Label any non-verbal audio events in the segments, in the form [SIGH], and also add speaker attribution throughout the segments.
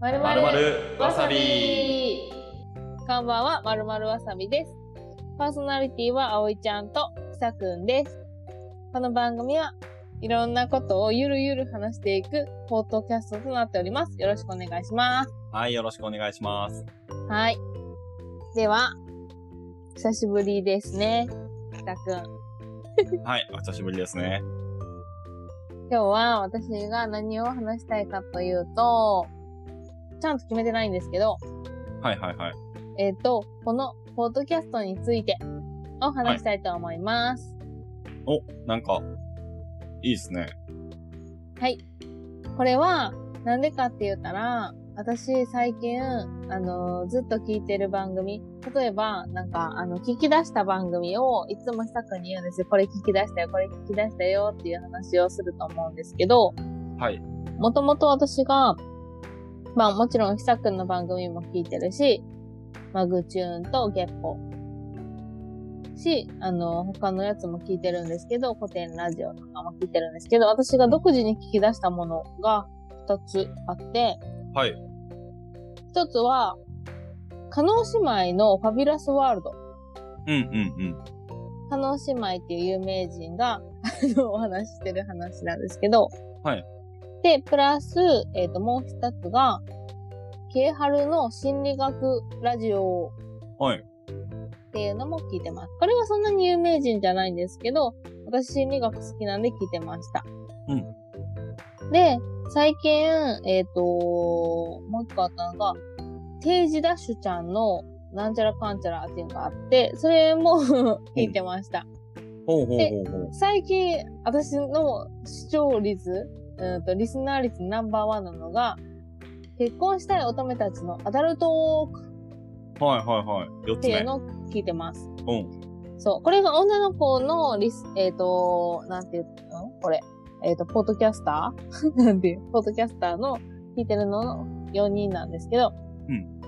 Speaker 1: ま
Speaker 2: まるまるわさび。
Speaker 1: こんばんは、まるまるわさびです。パーソナリティはあおいちゃんとひさくんです。この番組はいろんなことをゆるゆる話していくポートキャストとなっております。よろしくお願いします。
Speaker 2: はい、よろしくお願いします。
Speaker 1: はい。では、久しぶりですね。ひさくん。
Speaker 2: はい、お久しぶりですね。
Speaker 1: 今日は私が何を話したいかというと、ちゃんと決めてないんですけど、
Speaker 2: はいはいはい。
Speaker 1: えっ、と、このポッドキャストについてを話したいと思います。
Speaker 2: お、なんか、いいですね。
Speaker 1: はい。これは、なんでかって言ったら、私最近、あのーずっと聞いてる番組、例えば、なんか、あの、聞き出した番組を、いつも久くに言うんですよ。これ聞き出したよ、これ聞き出したよっていう話をすると思うんですけど、
Speaker 2: はい。
Speaker 1: もともと私が、まあもちろん久くんの番組も聞いてるし、マグチューンとゲッポ。し、あの、他のやつも聞いてるんですけど、古典ラジオとかも聞いてるんですけど、私が独自に聞き出したものが二つあって、
Speaker 2: はい。
Speaker 1: 一つは、カノ姉妹のファビュラスワールド。
Speaker 2: うんうんうん。
Speaker 1: カノ姉妹っていう有名人が、あの、お話ししてる話なんですけど。
Speaker 2: はい。
Speaker 1: で、プラス、えっ、と、もう一つが、ケイハルの心理学ラジオ
Speaker 2: はい。
Speaker 1: っていうのも聞いてます。これはそんなに有名人じゃないんですけど、私心理学好きなんで聞いてました。うん。で、最近、えっ、と、もう一個あったのが、定時ダッシュちゃんのなんちゃらかんちゃらっていうのがあって、それも [LAUGHS] 聞いてました。
Speaker 2: ほうほうほうほう。
Speaker 1: 最近、私の視聴率、うんと、リスナー率ナンバーワンなのが、結婚したい乙女たちのアダルトーク
Speaker 2: はいはいはい。四
Speaker 1: っ
Speaker 2: つ
Speaker 1: ていう
Speaker 2: 目。
Speaker 1: のを聞いてます。
Speaker 2: うん。
Speaker 1: そう。これが女の子のリス、えっ、と、なんていうのこれ。えっ、と、ポッドキャスター [LAUGHS] なんていうポッドキャスターの聞いてるのの4人なんですけど。
Speaker 2: うん。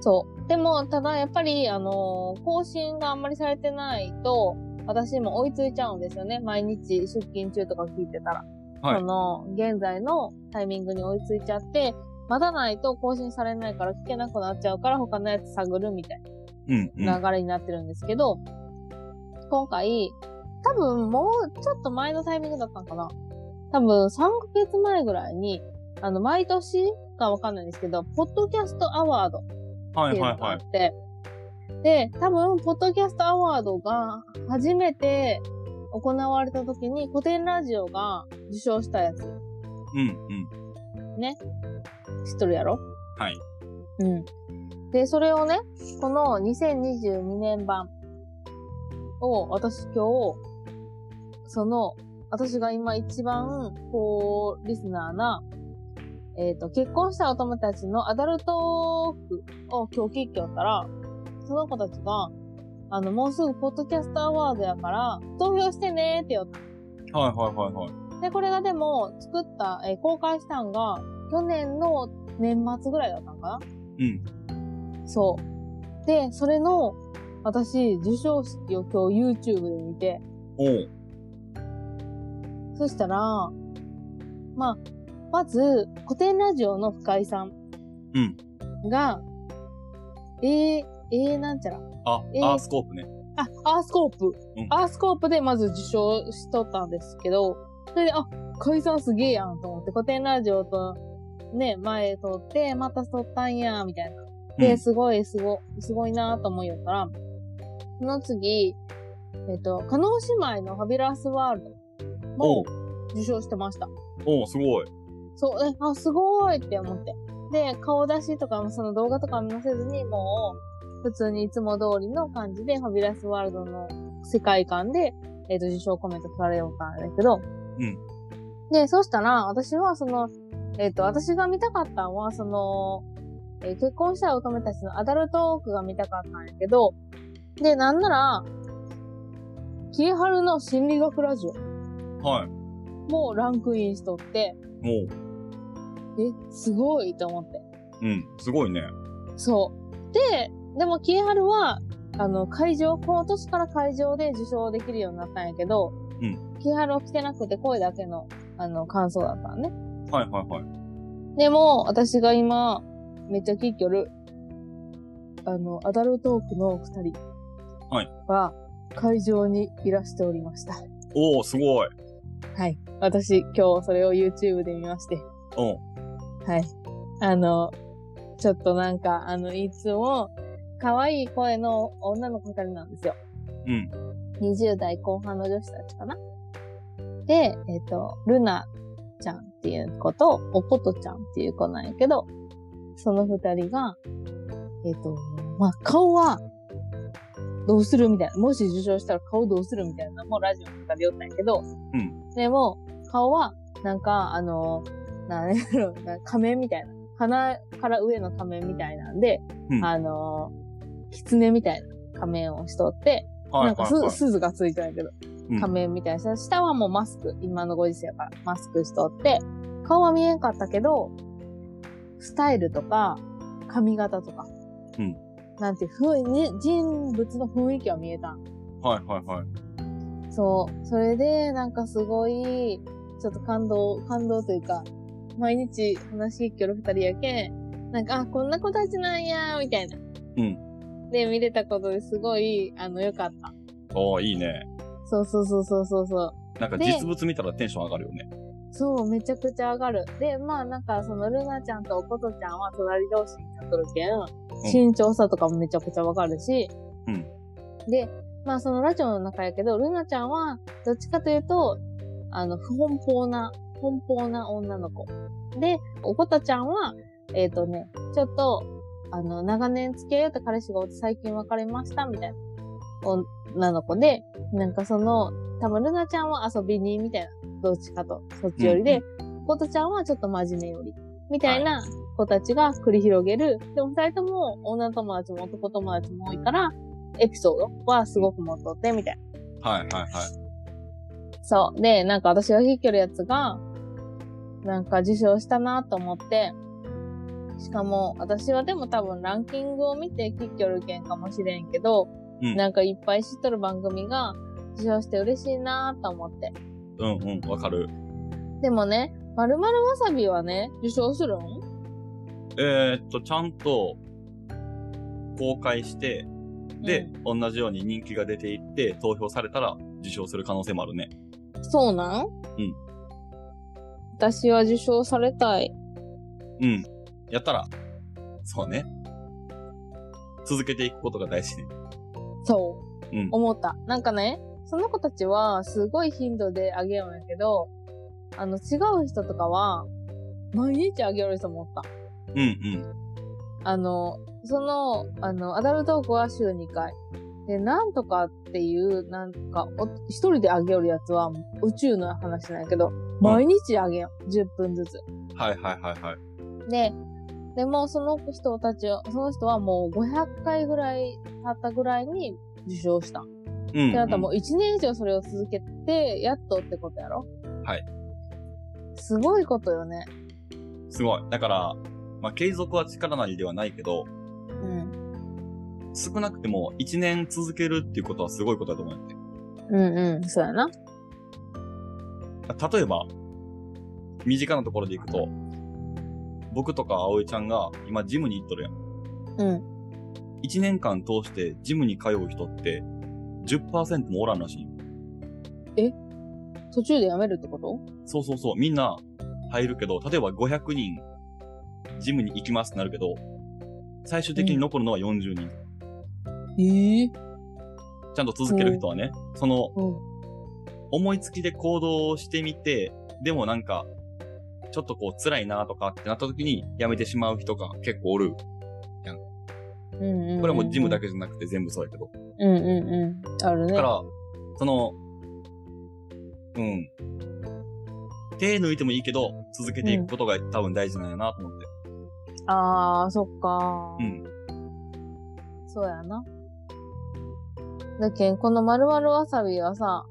Speaker 1: そう。でも、ただやっぱり、あのー更新があんまりされてないと、私も追いついちゃうんですよね。毎日出勤中とか聞いてたら。
Speaker 2: はい
Speaker 1: その、現在のタイミングに追いついちゃって、待たないと更新されないから聞けなくなっちゃうから他のやつ探るみたいな。
Speaker 2: うんうん。
Speaker 1: 流れになってるんですけど、今回、多分もうちょっと前のタイミングだったのかな多分3ヶ月前ぐらいに、あの、毎年かわかんないんですけど、ポッドキャストアワードっ
Speaker 2: は
Speaker 1: て
Speaker 2: い
Speaker 1: いう
Speaker 2: は
Speaker 1: の
Speaker 2: い
Speaker 1: があ
Speaker 2: は
Speaker 1: っ
Speaker 2: い。
Speaker 1: て、で、多分、ポッドキャストアワードが初めて行われた時に古典ラジオが受賞したやつ
Speaker 2: うんうん。
Speaker 1: 知っとるやろ
Speaker 2: はい。
Speaker 1: うん。で、それをね、この2022年版を私今日、その、私が今一番、こう、リスナーな、えっ、と、結婚したお友達のアダルトークを今日聞いておったら、その子たちが、あの、もうすぐポッドキャストアワードやから、投票してねーって言おった。
Speaker 2: はいはいはいはい。
Speaker 1: で、これがでも、作った、えー公開したんが、去年の年末ぐらいだったんかな
Speaker 2: うん。
Speaker 1: そう。で、それの、私、授賞式を今日 YouTube で見て、
Speaker 2: おう。
Speaker 1: そしたら、まあ、まず、古典ラジオの深井さん
Speaker 2: うん
Speaker 1: が、えー、えー、なんちゃら。
Speaker 2: あ、
Speaker 1: えー
Speaker 2: アースコープね。
Speaker 1: あ、アースコープ。
Speaker 2: うん
Speaker 1: アースコープでまず受賞しとったんですけど、それで、あ、解散すげえやんと思って、古典ラジオと、ね、前撮って、また撮ったんや、みたいな。
Speaker 2: う
Speaker 1: で、
Speaker 2: ん
Speaker 1: すごい、すご、すごいなと思いよったら、その次、えっ、と、カノ姉妹のファビュラスワールド
Speaker 2: お
Speaker 1: も
Speaker 2: う。
Speaker 1: 受賞してました。
Speaker 2: おう、すごい。
Speaker 1: そう、え、あ、すごいって思って。で、顔出しとかもその動画とかも載せずに、もう、普通にいつも通りの感じで、ファビュラスワールドの世界観で、えっ、と、受賞コメントされようたんだけど。
Speaker 2: うん。
Speaker 1: で、そしたら、私はその、えっ、と、私が見たかったのは、その、えー結婚した乙女たちのアダルトークが見たかったんやけど、で、なんなら、キエハルの心理学ラジオ
Speaker 2: はい。
Speaker 1: もランクインしとって、
Speaker 2: おう。
Speaker 1: え、すごいと思って。
Speaker 2: うん。すごいね。
Speaker 1: そう。で、でも、キエハルは、あの、会場、この年から会場で受賞できるようになったんやけど、
Speaker 2: うん
Speaker 1: キエハルは来てなくて声だけの、あの、感想だったのね。
Speaker 2: はいはいはい。
Speaker 1: でも、私が今、めっちゃ聞きよる、あの、アダルトークのお二人
Speaker 2: はい
Speaker 1: は会場にいらしておりました。
Speaker 2: おお、すごい。
Speaker 1: はい。私、今日それを YouTube で見まして。
Speaker 2: おう
Speaker 1: はい。あの、ちょっとなんか、あの、いつも、可愛い声の女の子二人なんですよ。
Speaker 2: うん。
Speaker 1: 20代後半の女子たちかな。で、えっ、と、ルナちゃんっていう子と、おことちゃんっていう子なんやけど、その二人が、えっ、と、まあ、顔は、どうするみたいな。もし受賞したら顔どうするみたいなのもラジオの中で言ったんやけど、
Speaker 2: ん
Speaker 1: でも、顔は、なんか、あの、なんやろ、なんか仮面みたいな。鼻から上の仮面みたいなんで、
Speaker 2: うん
Speaker 1: あの、狐みたいな仮面をしとって、
Speaker 2: は
Speaker 1: ないんか
Speaker 2: はい
Speaker 1: す、
Speaker 2: はい。
Speaker 1: 鈴がついてないけど、
Speaker 2: うん
Speaker 1: 仮面みたいな。下はもうマスク、今のご時世やからマスクしとって、顔は見えんかったけど、スタイルとか、髪型とか、
Speaker 2: うん
Speaker 1: なんていう風に、人物の雰囲気は見えたん。
Speaker 2: はいはいはい。
Speaker 1: そう。それで、なんかすごい、ちょっと感動、感動というか、毎日話聞きよる二人やけん、なんか、あ、こんな子たちなんや、みたいな。
Speaker 2: う
Speaker 1: で、見れたことですごい、あの、良かった。
Speaker 2: おお、いいね。
Speaker 1: そうそうそうそうそうそう。
Speaker 2: なんか
Speaker 1: で
Speaker 2: 実物見たらテンション上がるよね。
Speaker 1: そう、めちゃくちゃ上がる。で、まあなんか、そのルナちゃんとおことちゃんは隣同士になっとるけん、身長差とかもめちゃくちゃわかるし、
Speaker 2: うん
Speaker 1: で、まあそのラジオの中やけど、ルナちゃんは、どっちかというと、あの、不奔放な、奔放な女の子。で、おことちゃんは、えっ、とね、ちょっと、あの、長年付き合いよった彼氏がおって最近別れました、みたいな女の子で、なんかその、多分ルナちゃんは遊びに、みたいな、どっちかと、そっちよりで、コトちゃんはちょっと真面目より、みたいな子たちが繰り広げる。でも二人とも女友達も男友達も多いから、エピソードはすごく持っとって、みたいな。
Speaker 2: はいはいはい。
Speaker 1: そう。で、なんか私が引き寄るやつが、なんか受賞したなと思って、しかも私はでも多分ランキングを見て引き寄る件かもしれんけど、
Speaker 2: うん
Speaker 1: なんかいっぱい知っとる番組が受賞して嬉しいなと思って。
Speaker 2: うんうん、わかる。
Speaker 1: でもね、まるまるわさびはね、受賞するん
Speaker 2: えー、っと、ちゃんと公開して、で、同じように人気が出ていって、投票されたら受賞する可能性もあるね。
Speaker 1: そうなん
Speaker 2: うん。
Speaker 1: 私は受賞されたい。
Speaker 2: うん。やったら、そうね。続けていくことが大事ね。
Speaker 1: そう。
Speaker 2: うん。
Speaker 1: 思った。なんかね、その子たちはすごい頻度であげようんやけど、あの、違う人とかは、毎日あげよる人もおった。
Speaker 2: うんうん。
Speaker 1: あの、その、あの、アダルトークは週2回。で、なんとかっていう、なんか、お一人であげよるやつは宇宙の話なんやけど、毎日あげよう。10分ずつ。
Speaker 2: はいはいはいはい。
Speaker 1: で、でもその人たちは、その人はもう500回ぐらい経ったぐらいに受賞した。
Speaker 2: うん、うん。
Speaker 1: で、あなたもう1年以上それを続けて、やっとってことやろ
Speaker 2: はい。
Speaker 1: すごいことよね。
Speaker 2: すごい。だから、まあ、継続は力なりではないけど、
Speaker 1: うん。
Speaker 2: 少なくても1年続けるっていうことはすごいことだと思うんだよね。
Speaker 1: うんうん、そうやな。
Speaker 2: 例えば、身近なところでいくと、僕とか葵ちゃんが今ジムに行っとるやん。
Speaker 1: うん。
Speaker 2: 1年間通してジムに通う人って10%もおらんらしいよ。
Speaker 1: 途中でやめるってこと
Speaker 2: そうそうそう。みんな入るけど、例えば500人ジムに行きますってなるけど、最終的に残るのは40人。
Speaker 1: ええ
Speaker 2: ちゃんと続ける人はね、その、
Speaker 1: うん
Speaker 2: 思いつきで行動をしてみて、でもなんか、ちょっとこう辛いなとかってなった時にやめてしまう人が結構おる。
Speaker 1: うんうん。
Speaker 2: これはもうジムだ。けじゃなくて全部そうやけど。
Speaker 1: うんうんうん。あるね。
Speaker 2: だから、その、うん。手抜いてもいいけど、続けていくことが多分大事なんやなと思って。
Speaker 1: あー、そっか。
Speaker 2: うん。
Speaker 1: そうやな。だけん、この〇〇わさびはさ、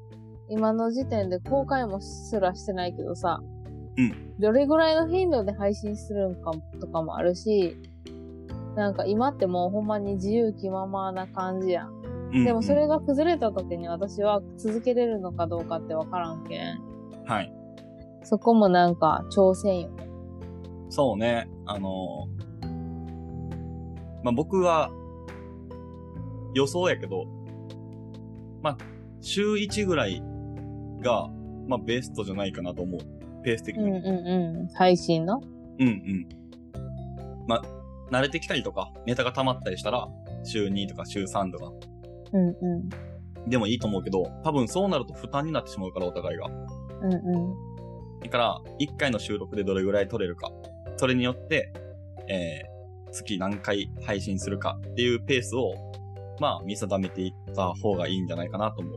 Speaker 1: 今の時点で公開もすらしてないけどさ、
Speaker 2: うん。
Speaker 1: どれぐらいの頻度で配信するんかとかもあるし、なんか今ってもうほんまに自由気ままな感じやん。
Speaker 2: うん
Speaker 1: でもそれが崩れた時に私は続けれるのかどうかってわからんけん。
Speaker 2: うんはい。
Speaker 1: そこもなんか挑戦よね。
Speaker 2: そうね、あのまあ、僕は、予想やけど、まあ、週1ぐらいが、まあ、ベストじゃないかなと思う。ペース的
Speaker 1: うん
Speaker 2: に。
Speaker 1: うんうん。配信の
Speaker 2: うんうん。まあ、慣れてきたりとか、ネタが溜まったりしたら、週2とか週3とか
Speaker 1: うんう
Speaker 2: でもいいと思うけど、多分そうなると負担になってしまうから、お互いが。
Speaker 1: ん。うんう
Speaker 2: だから、1回の収録でどれぐらい撮れるか。それによって、えー、月何回配信するかっていうペースを、まあ、見定めていった方がいいんじゃないかなと思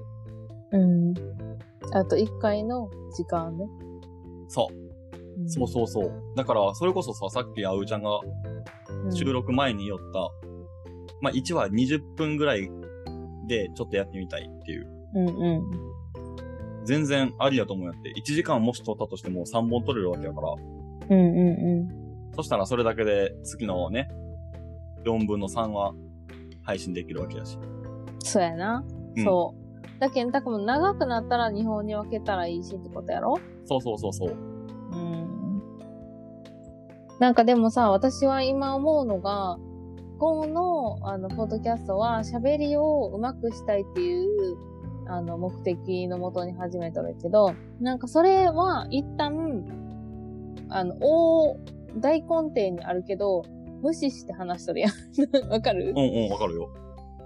Speaker 2: う。
Speaker 1: ん。うん。あと一回の時間ね。
Speaker 2: そう。
Speaker 1: ん
Speaker 2: そうそうそう。だから、それこそさ、さっきあうちゃんが
Speaker 1: うん
Speaker 2: 収録前に寄った、まあ、1話20分ぐらいでちょっとやってみたいっていう。
Speaker 1: うんうん。
Speaker 2: 全然ありだと思うんやって。1時間もし撮ったとしても3本撮れるわけやから。
Speaker 1: うんうんう
Speaker 2: そしたらそれだけで月のね、4分の3は配信できるわけだし。
Speaker 1: ん。そうやな。
Speaker 2: うん
Speaker 1: そう。だけど、たくも長くなったら日本に分けたらいいしってことやろ
Speaker 2: そうそうそうそう。
Speaker 1: うん。なんかでもさ、私は今思うのが、今後の、あの、ポッドキャストは喋りをうまくしたいっていう、あの、目的のもとに始めたんだけど、なんかそれは一旦、あの、大、大根底にあるけど、無視して話しとるやん。 [LAUGHS] わかる
Speaker 2: うんうん、わかるよ。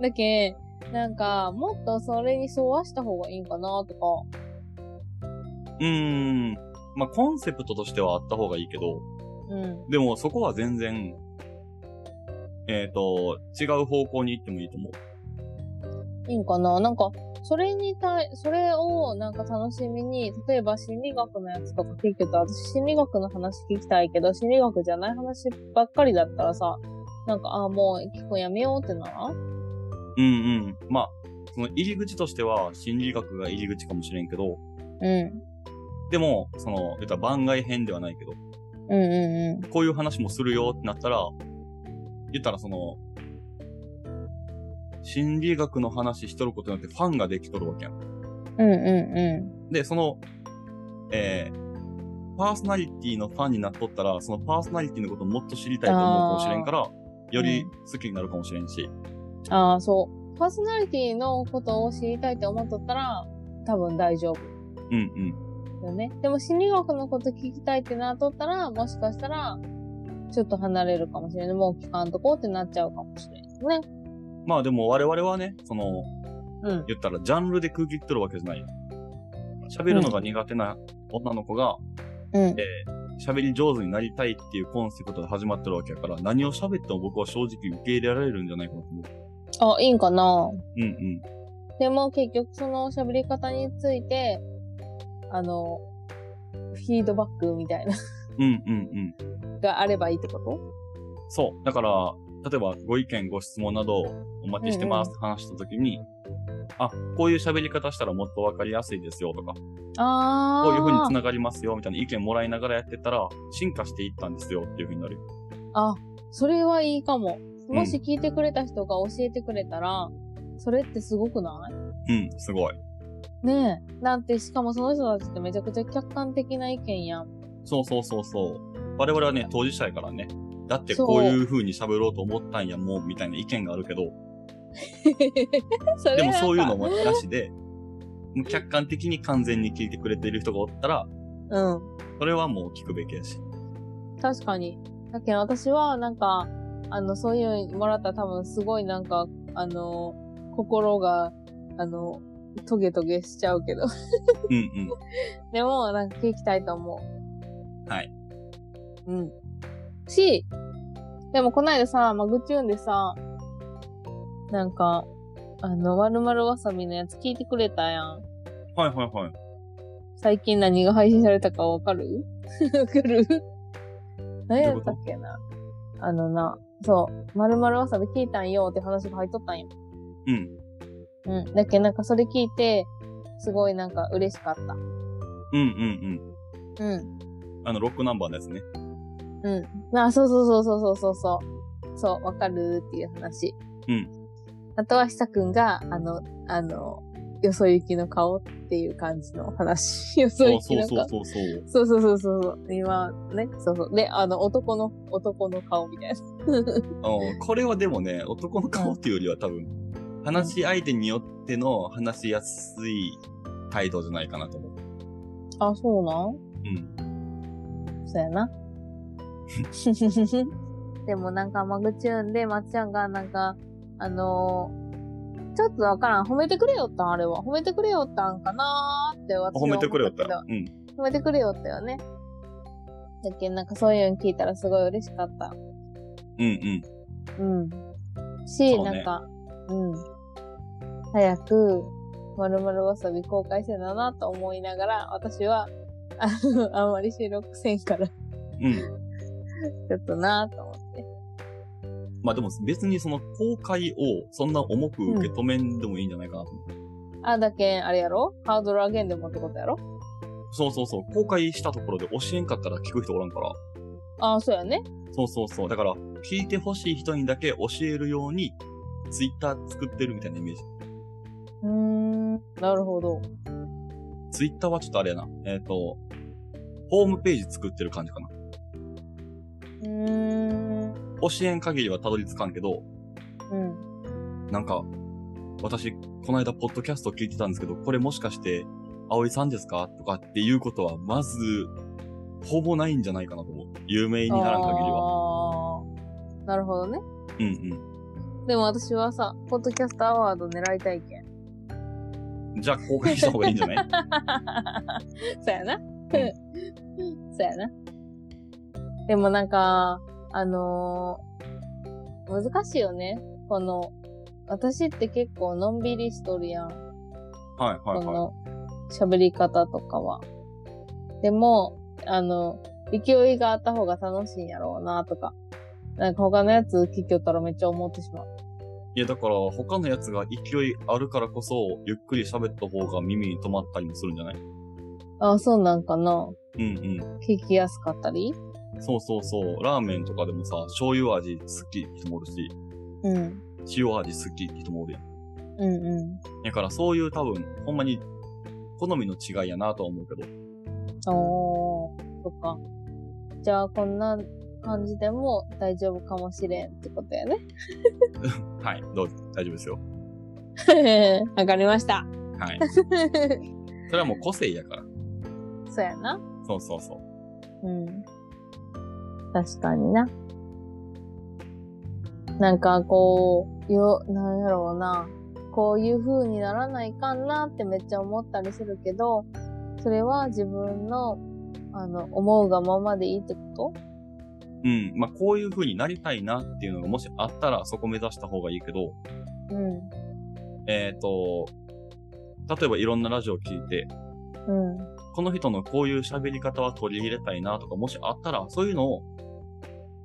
Speaker 1: だけ、なんか、もっとそれに沿わした方がいいんかな、とか。
Speaker 2: うーん。まあ、コンセプトとしてはあった方がいいけど、
Speaker 1: うん。
Speaker 2: でもそこは全然、えっ、と、違う方向に行ってもいいと思う。
Speaker 1: いいんかななんか、それに対、それをなんか楽しみに、例えば心理学のやつとか聞いてたら、私心理学の話聞きたいけど、心理学じゃない話ばっかりだったらさ、なんか、あもう、結構やめようってならん
Speaker 2: うんうん。まあ、その入り口としては心理学が入り口かもしれんけど、
Speaker 1: うん。
Speaker 2: でも、その、言ったら番外編ではないけど、
Speaker 1: うんうん
Speaker 2: こういう話もするよってなったら、言ったらその、心理学の話しとることによってファンができとるわけやん。
Speaker 1: うん。うんう
Speaker 2: で、その、えー、パーソナリティのファンになっとったら、そのパーソナリティのことをもっと知りたいと思うかもしれんから、より好きになるかもしれんし。
Speaker 1: んうん。ああ、そう。パーソナリティのことを知りたいって思っとったら、多分大丈夫。
Speaker 2: うんうん。
Speaker 1: よね。でも心理学のこと聞きたいってなっとったら、もしかしたら、ちょっと離れるかもしれない。もう聞かんとこうってなっちゃうかもしれないですね。
Speaker 2: まあでも我々はね、その、
Speaker 1: うん。
Speaker 2: 言ったらジャンルで区切っとるわけじゃない。喋るのが苦手な女の子が、
Speaker 1: うん。
Speaker 2: 喋り上手になりたいっていうコンセプトで始まってるわけやから、何を喋っても僕は正直受け入れられるんじゃないかなと思う。
Speaker 1: あ、いいんかな
Speaker 2: うんうん。
Speaker 1: でも結局その喋り方について、あの、フィードバックみたいな [LAUGHS]
Speaker 2: うんうんうん。
Speaker 1: があればいいってこと
Speaker 2: そう。だから、例えばご意見、ご質問などお待ちしてますって話したときに、あ、こういう喋り方したらもっとわかりやすいですよとか、
Speaker 1: あ
Speaker 2: こういう風に
Speaker 1: に
Speaker 2: 繋がりますよみたいな意見もらいながらやってたら、進化していったんですよっていう風になるよ。
Speaker 1: あ、それはいいかも。もし聞いてくれた人が教えてくれたら、それってすごくない
Speaker 2: うん、すごい。
Speaker 1: ねえ。なんて、しかもその人たちってめちゃくちゃ客観的な意見やん。 [LAUGHS]
Speaker 2: そうそうそうそう。我々はね、当事者やからね。だってこういう風に喋ろうと思ったんやもんみたいな意見があるけど、
Speaker 1: それ
Speaker 2: でもそういうの
Speaker 1: も。
Speaker 2: もなしで、もう客観的に完全に聞いてくれている人がおったら、
Speaker 1: う
Speaker 2: それはもう聞くべきやし。
Speaker 1: ん。確かに。だけど私は、なんか、あの、そういうのもらったら多分すごいなんか、あの、心が、あの、トゲトゲしちゃうけど。 [LAUGHS]
Speaker 2: うんうん。
Speaker 1: でも、なんか聞きたいと思う。
Speaker 2: はい。
Speaker 1: うん。し、でもこないださ、マグチューンでさ、なんか、あの、まるまるわさびのやつ聞いてくれたやん。
Speaker 2: はいはいはい。
Speaker 1: 最近何が配信されたかわかる [LAUGHS] わかる何やったっけなあのな、そう、まるまるわさび聞いたんよって話が入っとったんよ。
Speaker 2: うん。
Speaker 1: うん。だけどなんかそれ聞いて、すごいなんか嬉しかった。
Speaker 2: うんうん
Speaker 1: うん。
Speaker 2: うん。あの、ロックナンバーのやつね。
Speaker 1: うん。あ、そうそうそうそうそうそうそう。そう、わかるっていう話。
Speaker 2: うん。
Speaker 1: あとは、ひさくんが、あの、あの、よそ行きの顔っていう感じの話。 [LAUGHS] よそ
Speaker 2: そう
Speaker 1: 行き
Speaker 2: そ
Speaker 1: の
Speaker 2: うそう
Speaker 1: 顔。
Speaker 2: そうそう。
Speaker 1: そうそうそうそう。今、ね。そうそう。で、あの、男の、男の顔みたいな。
Speaker 2: うんこれはでもね、男の顔っていうよりは多分、話し相手によっての話しやすい態度じゃないかなと思う。
Speaker 1: あ、そうなん
Speaker 2: うん。
Speaker 1: そうやな。 [LAUGHS] でもなんか、マグチューンで、まっちゃんがなんか、あのーちょっとわからん。褒めてくれよったん、あれは。褒めてくれよったんかなーって私は
Speaker 2: 褒
Speaker 1: 思
Speaker 2: め
Speaker 1: った
Speaker 2: て
Speaker 1: けど。
Speaker 2: くれよったら。うん。
Speaker 1: 褒めてくれよったよね。だっけなんかそういうの聞いたらすごい嬉しかった。
Speaker 2: うんうん。
Speaker 1: うん。し、
Speaker 2: そうね
Speaker 1: なんか、うん。早く、まるまるわさび公開せななと思いながら、私は、あの、あんまり収録せんから、ち
Speaker 2: うん。
Speaker 1: ょっとなと思って。
Speaker 2: まあでも別にその公開をそんな重く受け止めんでもいいんじゃないかなと思う。
Speaker 1: あ、だけん、あれやろハードル上げんでもってことやろ
Speaker 2: そうそうそう。公開したところで教えんかったら聞く人おらんから。
Speaker 1: あ、そうやね。
Speaker 2: そうそうそう。だから、聞いてほしい人にだけ教えるように、ツイッター作ってるみたいなイメージ。
Speaker 1: うーん、なるほど。
Speaker 2: ツイッターはちょっとあれやな。えっ、と、ホームページ作ってる感じかな。
Speaker 1: うーん、
Speaker 2: 教えん限りはたどり着かんけど、
Speaker 1: うん。
Speaker 2: なんか、私、この間、ポッドキャスト聞いてたんですけど、これもしかして、葵さんですかとかっていうことは、まず、ほぼないんじゃないかなと思う。有名にならん限りは。
Speaker 1: は。なるほどね。
Speaker 2: うん
Speaker 1: でも私はさ、ポッドキャストアワード狙いたいけん。
Speaker 2: うん。じゃあ、公開した方がいいんじゃない
Speaker 1: [LAUGHS] そうやな。そうやな。でもなんか、あのー難しいよね。この、私って結構のんびりしとるやん。
Speaker 2: はいはい
Speaker 1: こ
Speaker 2: はい。
Speaker 1: の、喋り方とかは。でも、あの、勢いがあった方が楽しいんやろうな、とか。なんか他のやつ聞きよったらめっちゃ思ってしまう。
Speaker 2: いや、だから、他のやつが勢いあるからこそ、ゆっくり喋った方が耳に止まったりもするんじゃない
Speaker 1: あ、そうなんかな。
Speaker 2: うんう
Speaker 1: 聞きやすかったり
Speaker 2: ん。そうそうそう。ラーメンとかでもさ、醤油味好きって人もおるし、
Speaker 1: うん。
Speaker 2: 塩味好きって人もおるやん。
Speaker 1: うんう
Speaker 2: だからそういう多分、ほんまに、好みの違いやなとは思うけど。
Speaker 1: ん。おー、そっか。じゃあ、こんな感じでも大丈夫かもしれんってことや
Speaker 2: はい、どうぞ、大丈夫ですよ。
Speaker 1: ね。 [LAUGHS] わかりました。
Speaker 2: はい。
Speaker 1: そ
Speaker 2: それはもう個性やから。
Speaker 1: うやな。
Speaker 2: そうそうそう。
Speaker 1: うん。確かにな。なんかこう、よ、なんやろうな。こういう風にならないかんなってめっちゃ思ったりするけど、それは自分の、あの、思うがままでいいってこ
Speaker 2: うん。まあ、こういう風になりたいなっていうのがもしあったら、そこ目指した方がいいけど、
Speaker 1: とう
Speaker 2: えっ、と、例えばいろんなラジオ聞いて、
Speaker 1: ん。うん。
Speaker 2: この人のこういう喋り方は取り入れたいなとか、もしあったら、そういうのを、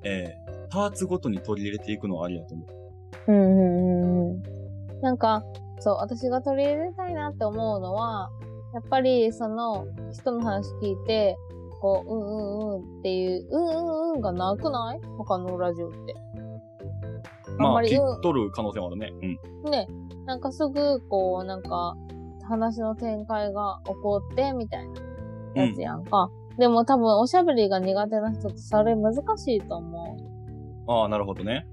Speaker 2: えー、パーツごとに取り入れていくのはありやと思う。
Speaker 1: うんうんうんうん。なんか、そう、私が取り入れたいなって思うのは、やっぱり、その、人の話聞いて、こう、うんうんうんっていう、うんうんうんがなくない他のラジオって。あん
Speaker 2: ま
Speaker 1: ま
Speaker 2: あ、
Speaker 1: り
Speaker 2: 切っ
Speaker 1: う
Speaker 2: とる可能性もあるね。うん。
Speaker 1: ね、なんかすぐ、こう、なんか、話の展開が起こって、みたいなやつやんか。でも多分、おしゃべりが苦手な人ってそれ難しいと思う。
Speaker 2: ああ、なるほどね。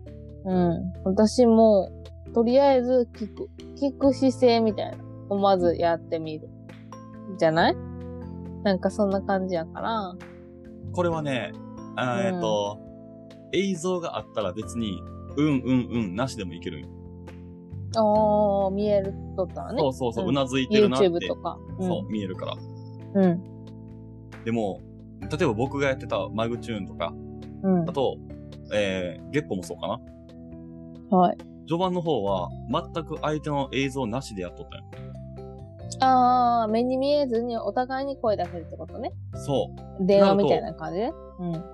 Speaker 1: うん。私も、とりあえず聞く。聞く姿勢みたいな。をまずやってみる。じゃないなんかそんな感じやから。
Speaker 2: これはね、あー
Speaker 1: うん
Speaker 2: えっと、映像があったら別に、うんうんうんなしでもいけるんよ
Speaker 1: おー、見えるとったらね
Speaker 2: そ。うそうそう、
Speaker 1: うん
Speaker 2: うなずいてるなって。
Speaker 1: YouTube とか。
Speaker 2: そう、見えるから。
Speaker 1: うん。うん。
Speaker 2: でも、例えば僕がやってたマグチューンとか、
Speaker 1: うん
Speaker 2: あ。と、えー、ゲッポもそうかな。
Speaker 1: はい。
Speaker 2: 序盤の方は、全く相手の映像なしでやっとったんよ。
Speaker 1: あー、目に見えずにお互いに声出せるってことね。
Speaker 2: そ
Speaker 1: 電話みたいな感じね。うん。
Speaker 2: う。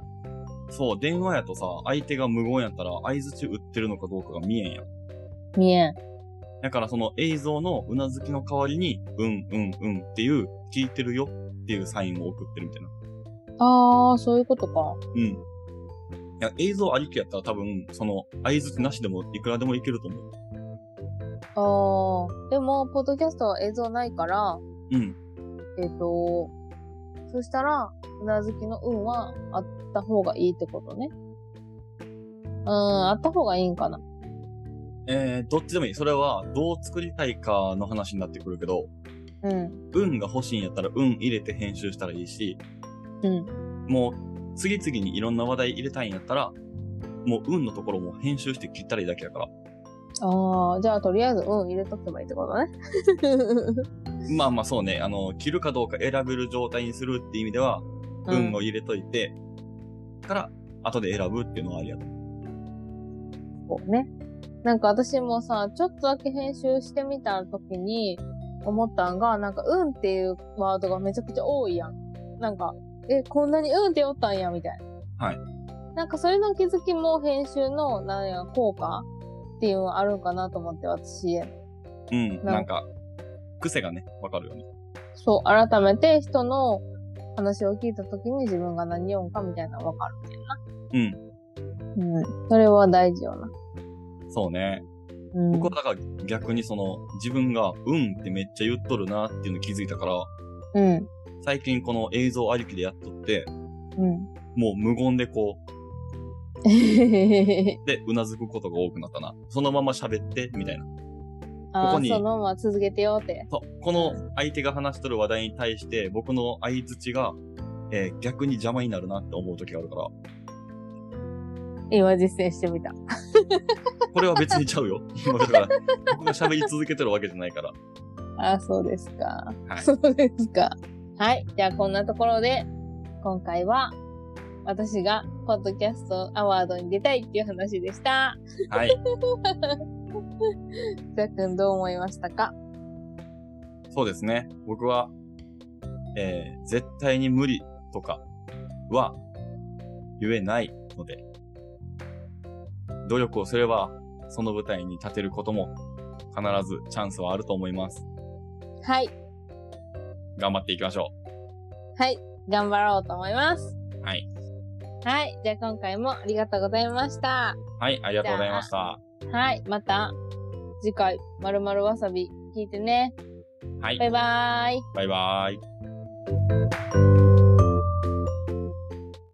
Speaker 2: そう、電話やとさ、相手が無言やったら、相づち打ってるのかどうかが見えんやん。
Speaker 1: 見えん。
Speaker 2: だからその映像のうなずきの代わりに、うんうんうんっていう、聞いてるよっていうサインを送ってるみたいな。
Speaker 1: あー、そういうことか。
Speaker 2: うん。いや、映像ありきやったら多分、その、合図なしでもいくらでもいけると思う。
Speaker 1: ああ。でも、ポッドキャストは映像ないから、
Speaker 2: うん。
Speaker 1: えっ、と、そしたら、うなずきの運はあった方がいいってことね。うん、あった方がいいんかな。
Speaker 2: えー、どっちでもいい。それは、どう作りたいかの話になってくるけど、
Speaker 1: うん。
Speaker 2: 運が欲しいんやったら運入れて編集したらいいし、
Speaker 1: うん。
Speaker 2: もう、次々にいろんな話題入れたいんやったら、もう運のところも編集して切ったらいいだけやから。
Speaker 1: ああ、じゃあとりあえず運入れとけばいいってことね。
Speaker 2: まあまあそうね、あの、切るかどうか選べる状態にするって意味では、
Speaker 1: うん
Speaker 2: 運を入れといて、から、後で選ぶっていうのはありやと。
Speaker 1: そうね。なんか私もさ、ちょっとだけ編集してみたときに思ったんが、なんか、うんっていうワードがめちゃくちゃ多いやん。なんか、え、こんなにうんっておったんや、みたいな。
Speaker 2: はい。
Speaker 1: なんかそれの気づきも編集の、なんや、効果っていうのはあるんかなと思って、私。
Speaker 2: うん、
Speaker 1: な
Speaker 2: なんか、癖がね、わかるよね。
Speaker 1: そう、改めて人の話を聞いたときに自分が何言うんかみたいなのわかる。
Speaker 2: うん、
Speaker 1: うん。それは大事よな。
Speaker 2: そうね。
Speaker 1: うん。
Speaker 2: 僕はだから逆にその、自分が、うんってめっちゃ言っとるなっていうの気づいたから、
Speaker 1: うん。
Speaker 2: 最近この映像ありきでやっとって、
Speaker 1: うん。
Speaker 2: もう無言でこう、で、うなずくことが多くなったな。そのまま喋って、みたいな。
Speaker 1: [LAUGHS] あー
Speaker 2: ここに
Speaker 1: そのまま続けてよって。
Speaker 2: そうこの相手が話しとる話題に対して、僕の相づちが、えー逆に邪魔になるなって思う時があるから、
Speaker 1: 今実践してみた。
Speaker 2: これは別にちゃ [LAUGHS] うよ。今だから、僕が喋り続けてるわけじゃないから。
Speaker 1: あ、そうですか。
Speaker 2: はい
Speaker 1: そうですか。はい。じゃあこんなところで、今回は、私が、ポッドキャストアワードに出たいっていう話でした。
Speaker 2: はい。
Speaker 1: じゃあくんどう思いましたか
Speaker 2: そうですね。僕は、えー絶対に無理とかは言えないので、努力をすれば、その舞台に立てることも必ずチャンスはあると思います。
Speaker 1: はい。
Speaker 2: 頑張っていきましょ
Speaker 1: はい。頑張ろうと思います。
Speaker 2: う。はい。
Speaker 1: はい。じゃあ今回もありがとうございました。
Speaker 2: はい、ありがとうございました。
Speaker 1: はい。また、次回、まるまるわさび聞いてね。
Speaker 2: はい
Speaker 1: バイ、バーイ。
Speaker 2: バイバーイ。